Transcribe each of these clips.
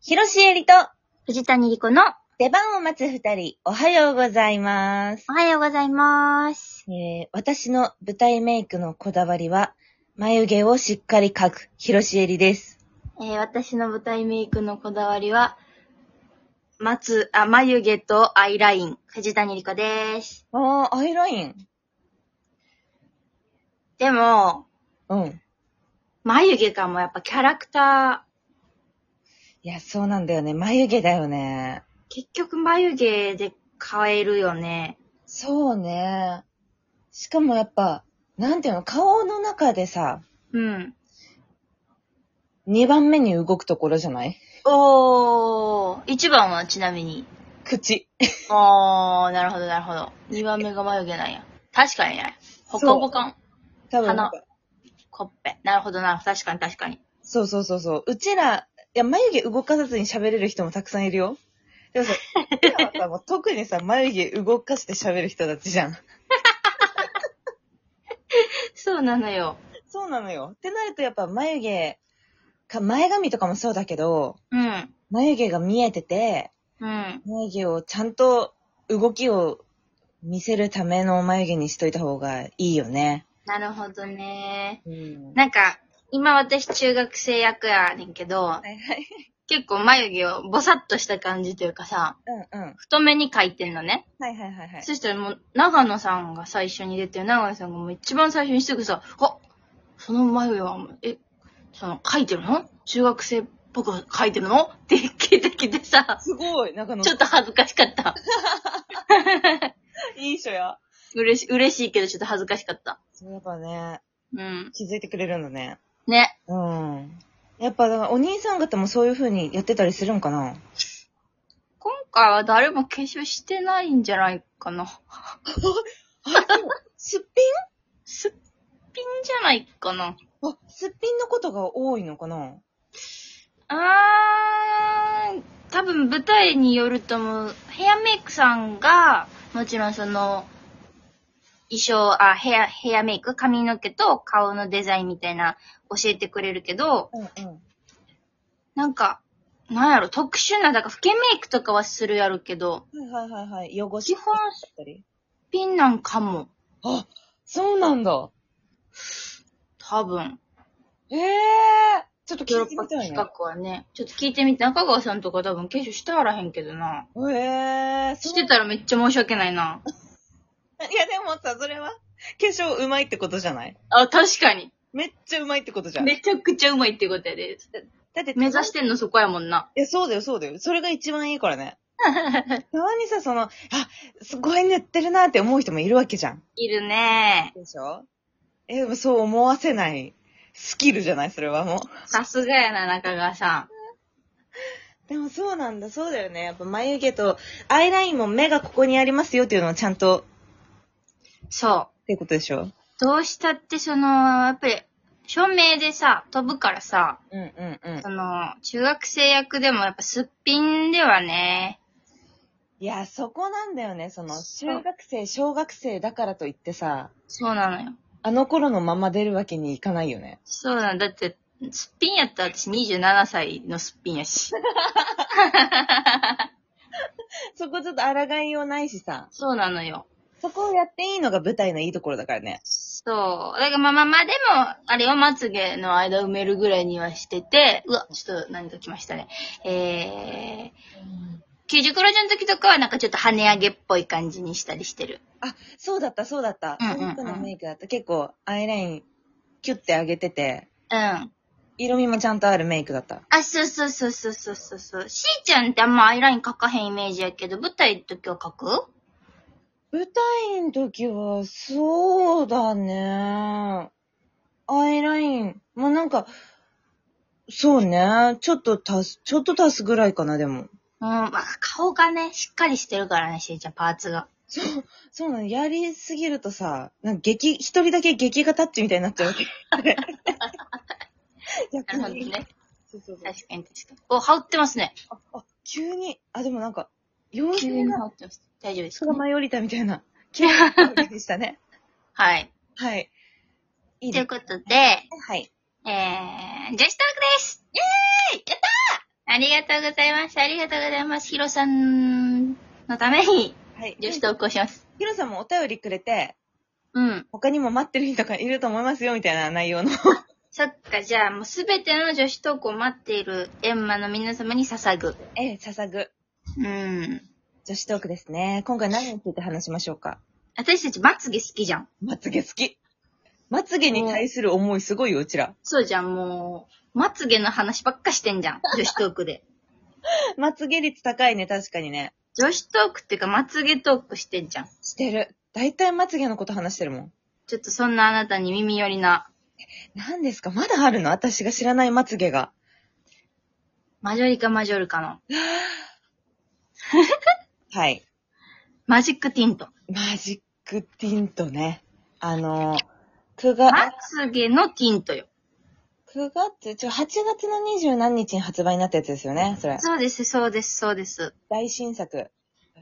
ひろしえりと藤谷莉子の出番を待つ二人、おはようございます。おはようございます。えー私の舞台メイクのこだわりは、眉毛をしっかり描く、ひろしえりです。えー私の舞台メイクのこだわりは、まつ、あ、眉毛とアイライン、藤谷莉子です。あー、アイライン。でも、うん。眉毛かもやっぱキャラクタいや、そうなんだよね。眉毛だよね。ー、結局眉毛で変えるよね。そうね。しかもやっぱ、なんていうの、顔の中でさ、うん。二番目に動くところじゃないおー、一番はちなみに。口。おー、なるほどなるほど。二番目が眉毛なんや。確かにね。ほかほかん。多分なんか、ほっぺ。なるほどなるほど。確かに確かに。そうそうそうそう。うちら、いや、眉毛動かさずに喋れる人もたくさんいるよ。でもさ、 うちらはさ、もう特にさ、眉毛動かして喋る人たちじゃん。そうなのよ。そうなのよ。ってなるとやっぱ眉毛か、前髪とかもそうだけど、うん。眉毛が見えてて、うん。眉毛をちゃんと動きを見せるための眉毛にしといた方がいいよね。なるほどね。うん。なんか、今私中学生役やねんけど、はいはい。結構眉毛をボサッとした感じというかさ、うんうん。太めに描いてんのね。はいはいはいはい。そしたらもう、長野さんが最初に出てる、長野さんがもう一番最初にすぐさ、あその眉毛はもう、え、その、描いてるの中学生っぽく描いてるのって聞いてきてさ、すごい、なんかのち、ょっと恥ずかしかった。いい人や。嬉し、嬉しいけどちょっと恥ずかしかった。そういえばね、うん。気づいてくれるんだね。ね。うん。やっぱ、だからお兄さん方もそういう風にやってたりするんかな今回は誰も化粧してないんじゃないかな。すっぴすっぴんじゃないかな。んあ、すっぴんのことが多いのかなあー、多分舞台によると思う。ヘアメイクさんが、もちろんその、衣装、あ、ヘア、ヘアメイク、髪の毛と顔のデザインみたいな教えてくれるけど、うんうん。なんか、なんやろ、特殊な、だから、老けメイクとかはするやるけど、はいはいはいはい。汚し基だ本、ったり。ピンなんかも、あ、そうなんだ。多分。ええー。ちょっと聞ヨーロいてッパみたい企な。画はね、ちょっと聞いてみて、中川さんとか多分化粧してはらへんけどな。ええー。そしうてたらめっちゃ申し訳ないな。いやでもさ、それは、化粧うまいってことじゃないあ、確かに。めっちゃうまいってことじゃん。めちゃくちゃうまいってことやで。だって、目指してんのそこやもんな。いや、そうだよ、そうだよ。それが一番いいからね。たまにさ、その、あ、すごい塗ってるなって思う人もいるわけじゃん。いるねでしょえ、でもそう思わせないスキルじゃないそれはもう。さすがやな、中川さでもそうなんだ、そうだよね。やっぱ眉毛とアイラインも目がここにありますよっていうのをちゃんとん。そっていうことでしょう。どうしたってその、やっぱり、照明でさ、飛ぶからさ、うんうんうんそ。の、中学生役でもやっぱすっぴんではね、いや、そこなんだよね。その、中学生、小学生だからといってさ、そうなのよ。あの頃のまま出るわけにいかないよね。そうなの。だって、すっぴんやったら私27歳のすっぴんやし。そこちょっと抗いようないしさ、そうなのよ。そこをやっていいのが舞台のいいところだからね。そう。だからまあまあまあ、でも、あれよ、まつげの間埋めるぐらいにはしてて、うわ、ちょっと何か来ましたね。えー、九十黒字の時とかはなんかちょっと跳ね上げっぽい感じにしたりしてる。あ、そうだった、そうだった。うんそうんうんの人のメイクだった。結構、アイライン、キュッて上げてて、うん。あ、色味もちゃんとあるメイクだった。そうそうそうそうそうそうそう。しーちゃんってあんまアイライン描かへんイメージやけど、舞台の時は描く舞台の時は、そうだね。アイライン、まあ、なんか、そうね。ちょっと足す、ちょっと足すぐらいかな、でも。うん、まあ、顔がね、しっかりしてるからね、しーちゃん、パーツが。そうなの、やりすぎるとさ、なんか劇、一人だけ劇がタッチみたいになっちゃう わけ。なるほどね。そうそうそう確かに確かに。お、羽織ってますね。あ、急に、あ、でもなんか、妖急精にが羽織ってます。大丈夫です人がかね、舞い降りたみたいな、気分でしたね。はい。はい。いいとでいうす。ことで、はい。えー、女子トークですイェーイやったーありがとうございました。ありがとうございます。ヒロさんのために、はい。女子と。投稿します。ヒロさんもお便りくれて、うん。他にも待ってる人がいると思いますよ、みたいな内容の。そっか、じゃあもうすべての女子投稿を待っているエンマの皆様に捧ぐ。 ええ、捧ぐ。うん。女子トークですね。今回何について話しましょうか。私たちまつげ好きじゃん。まつげ好き。まつげに対する思いすごいよ、うちら。そうじゃん、もう、まつげの話ばっかしてんじゃん。女子トークで。 まつげ率高いね、確かにね。女子トークっていうか、まつげトークしてんじゃん。してる。大体まつげのこと話してるもん。ちょっとそんなあなたに耳寄りな、何ですかまだあるの私が知らないまつげが。マジョリカマジョルカの、はい。マジックティント。マジックティントね。あの、9月、まつげのティントよ。 9月、ちょ、8月の二十何日に発売になったやつですよね、それ。そうです、そうです、そうです。大新作。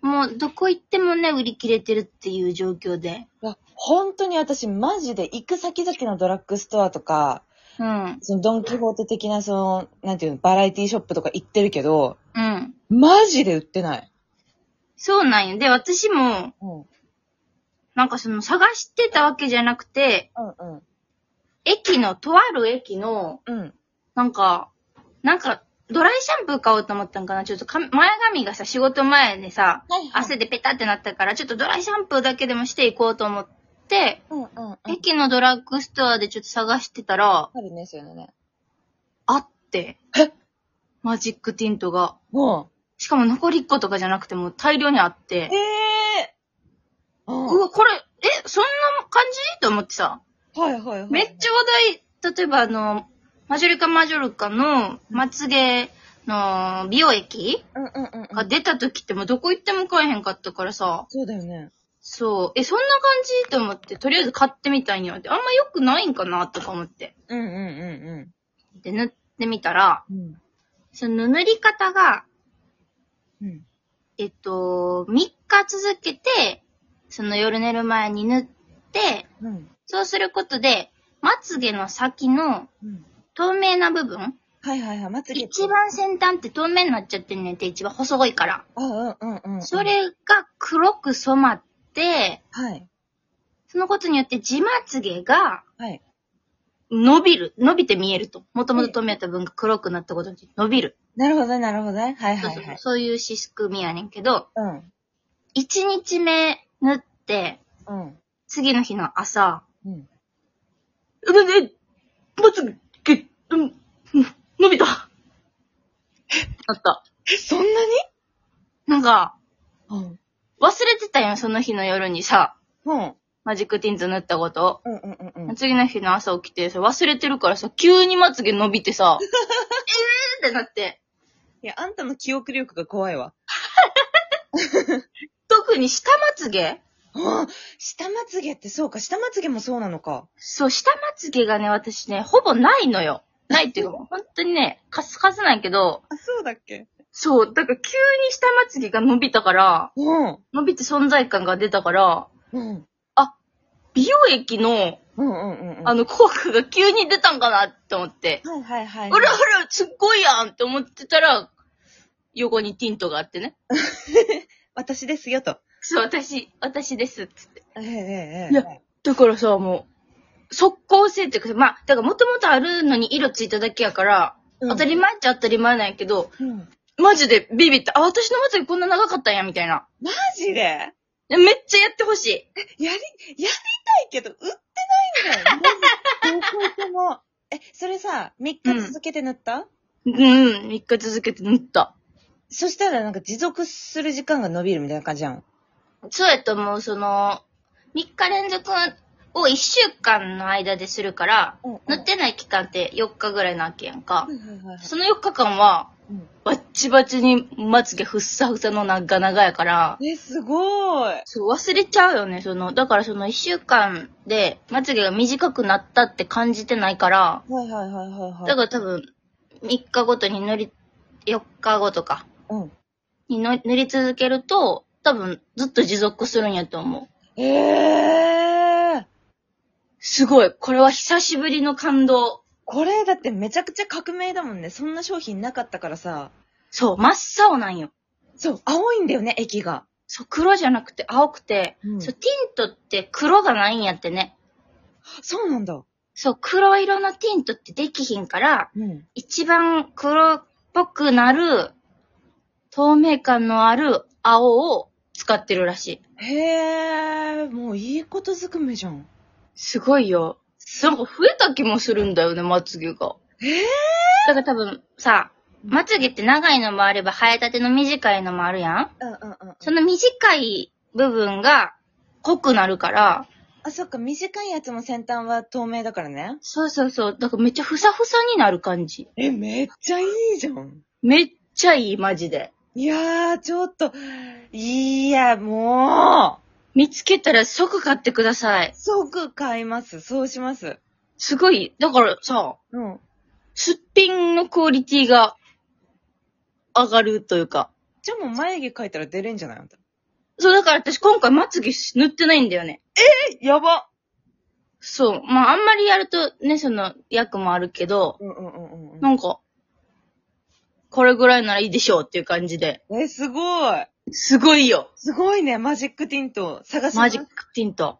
もう、どこ行ってもね、売り切れてるっていう状況で。いや、本当に私、マジで行く先々のドラッグストアとか、うん。そのドンキホーテ的な、その、なんていうの、バラエティショップとか行ってるけど、うん。マジで売ってない。そうなんよ。で、私も、うん。うんなんかその、探してたわけじゃなくて、うん。駅の、とある駅の、うん。なんか、なんか、ドライシャンプー買おうと思ったんかな。ちょっとか、前髪がさ、仕事前でさ、はいはい汗でペタってなったから、ちょっとドライシャンプーだけでもしていこうと思って、うんうんうん。駅のドラッグストアでちょっと探してたら、あるんですよね。あってえ、マジックティントが。もしかも残り1個とかじゃなくてもう大量にあっうてん。、えぇー。ううん。わ、これ、え、そんな感じと思ってさ、はいはいはい。めっちゃ話題、例えばあの、マジョリカマジョルカのまつげの美容液ゃ。うんうんうんうがん。出た時ってもうどこ行っても買えへんかったからさ、そうだよね。そう、え、そんな感じと思って、とりあえず買ってみたんや。であんま良くないんかなとか思って。うんうんうで、塗ってみたら、んうん。その塗り方が、うん。えっと、3日続けて、その夜寝る前に塗って、うん。そうすることで、まつげの先のうん。透明な部分はいはいはい。まつげ。一。番先端って透明になっちゃってんねんって、一番細いから。あ、うんうんうんうん。そ。れが黒く染まって、はい。そのことによって自まつげがはい。伸びる。伸びて見えると。もともと透明だった分が黒くなったことによって伸びる。なるほどね、なるほどね。はいそうはいそうはい。そういう仕組みやねんけど、うん。 1日目塗って、うん。次の日の朝、うん。うぶぶまつげ、うん、うん伸びた。あった。え、そんなになんか、うん。忘れてたやん、その日の夜にさ、うん。マジックティント塗ったこと。うんうんうんうん。次の日の朝起きてさ、忘れてるからさ、急にまつげ伸びてさ、えーってなって、いや、あんたの記憶力が怖いわ。特に下まつげあ下まつげってそうか、下まつげもそうなのか。そう、下まつげがね、私ね、ほぼないのよ。ないっていうか、本当にね、カスカスなんやけど、あ、そうだっけそう、だから急に下まつげが伸びたから、うん。伸びて存在感が出たから、うん。美容液の、うんうんうんうん。あの、効果が急に出たんかなって思って、はいはいはい。うらうら、すっごいやんって思ってたら、横にティントがあってね。私ですよと。そう、私、私です、つって。ええええいやだからさ、もう、即効性っていうか、まあ、だからもともとあるのに色ついただけやから、うん当たり前っちゃ当たり前なんやけど、うん。ママジでビビった。あ、私のまつげこんな長かったんや、みたいな。ジでやでめっちゃやってほしい。り、やりたいけど、売ってないんだよ。マジでどこ行っても。え、それさ、3日続けて塗った、うん、3日続けて塗った。そしたらなんか持続する時間が伸びるみたいな感じじゃん。そうやと思う、その、3日連続を1週間の間でするから、うんうん塗ってない期間って4日ぐらいなわけやんは。かいはいはいはい。その4日間は、うんバッチバチにまつげふっさふさの長々やから、え、すごい。そう、忘れちゃうよね、その、だからその1週間で、まつげが短くなったって感じてないから、はいはいはいはいはい。だから多分、3日ごとに塗り、4日ごとか、うん。にの塗り続けると、多分、ずっと持続するんやと思う。ええー。すごい、これは久しぶりの感動。これだってめちゃくちゃ革命だもんね。そんな商品なかったからさ。そう、真っ青なんよ。そう、青いんだよね、駅が。そう、黒じゃなくて青くて、うんそう、ティントって黒がないんやってね。そうなんだ。そう、黒色のティントってできひんから、うん。一番黒っぽくなる、透明感のある青を使ってるらしい。へえ、もういいことずくめじゃん。すごいよ。なんか増えた気もするんだよね、まつげが。ええだから多分さ、まつげって長いのもあれば生えたての短いのもあるやんうんうんうん。その短い部分が濃くなるから、あ、そっか、短いやつも先端は透明だからね。そうそうそう、だからめっちゃふさふさになる感じ。え、めっちゃいいじゃん。めっちゃいい、マジで。いやー、ちょっと、いや、もう、見つけたら即買ってください。即買います。そうします。すごい、だからさ、うん。すっぴんのクオリティが上がるというか。じゃあもう眉毛描いたら出れんじゃないあんた。そう、だから私今回まつげ塗ってないんだよね。え、やばそう。まあ、あんまりやるとね、その、役もあるけど、うんうんうんうんうなんか、これぐらいならいいでしょうっていう感じで。ん。え、すごい。すごいよすごいね、マジックティント。探すマジックティント。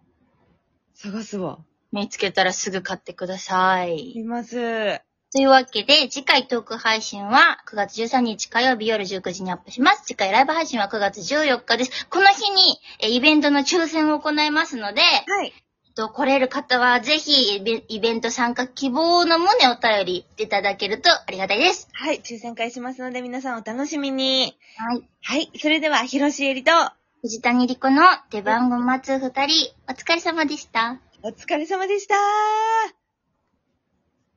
探すわ。見つけたらすぐ買ってください。います。というわけで、次回トーク配信は9月13日火曜日夜19時にアップします。次回ライブ配信は9月14日です。この日にえイベントの抽選を行いますので、はい。えっと、来れる方はぜひイベイベント参加希望の旨お便りいただけるとありがたいです。はい、抽選会しますので皆さんお楽しみに。はい。はい、それでは、広しえりと、藤谷莉子の出番を待つ二人、お疲れ様でした。お疲れ様でしたー。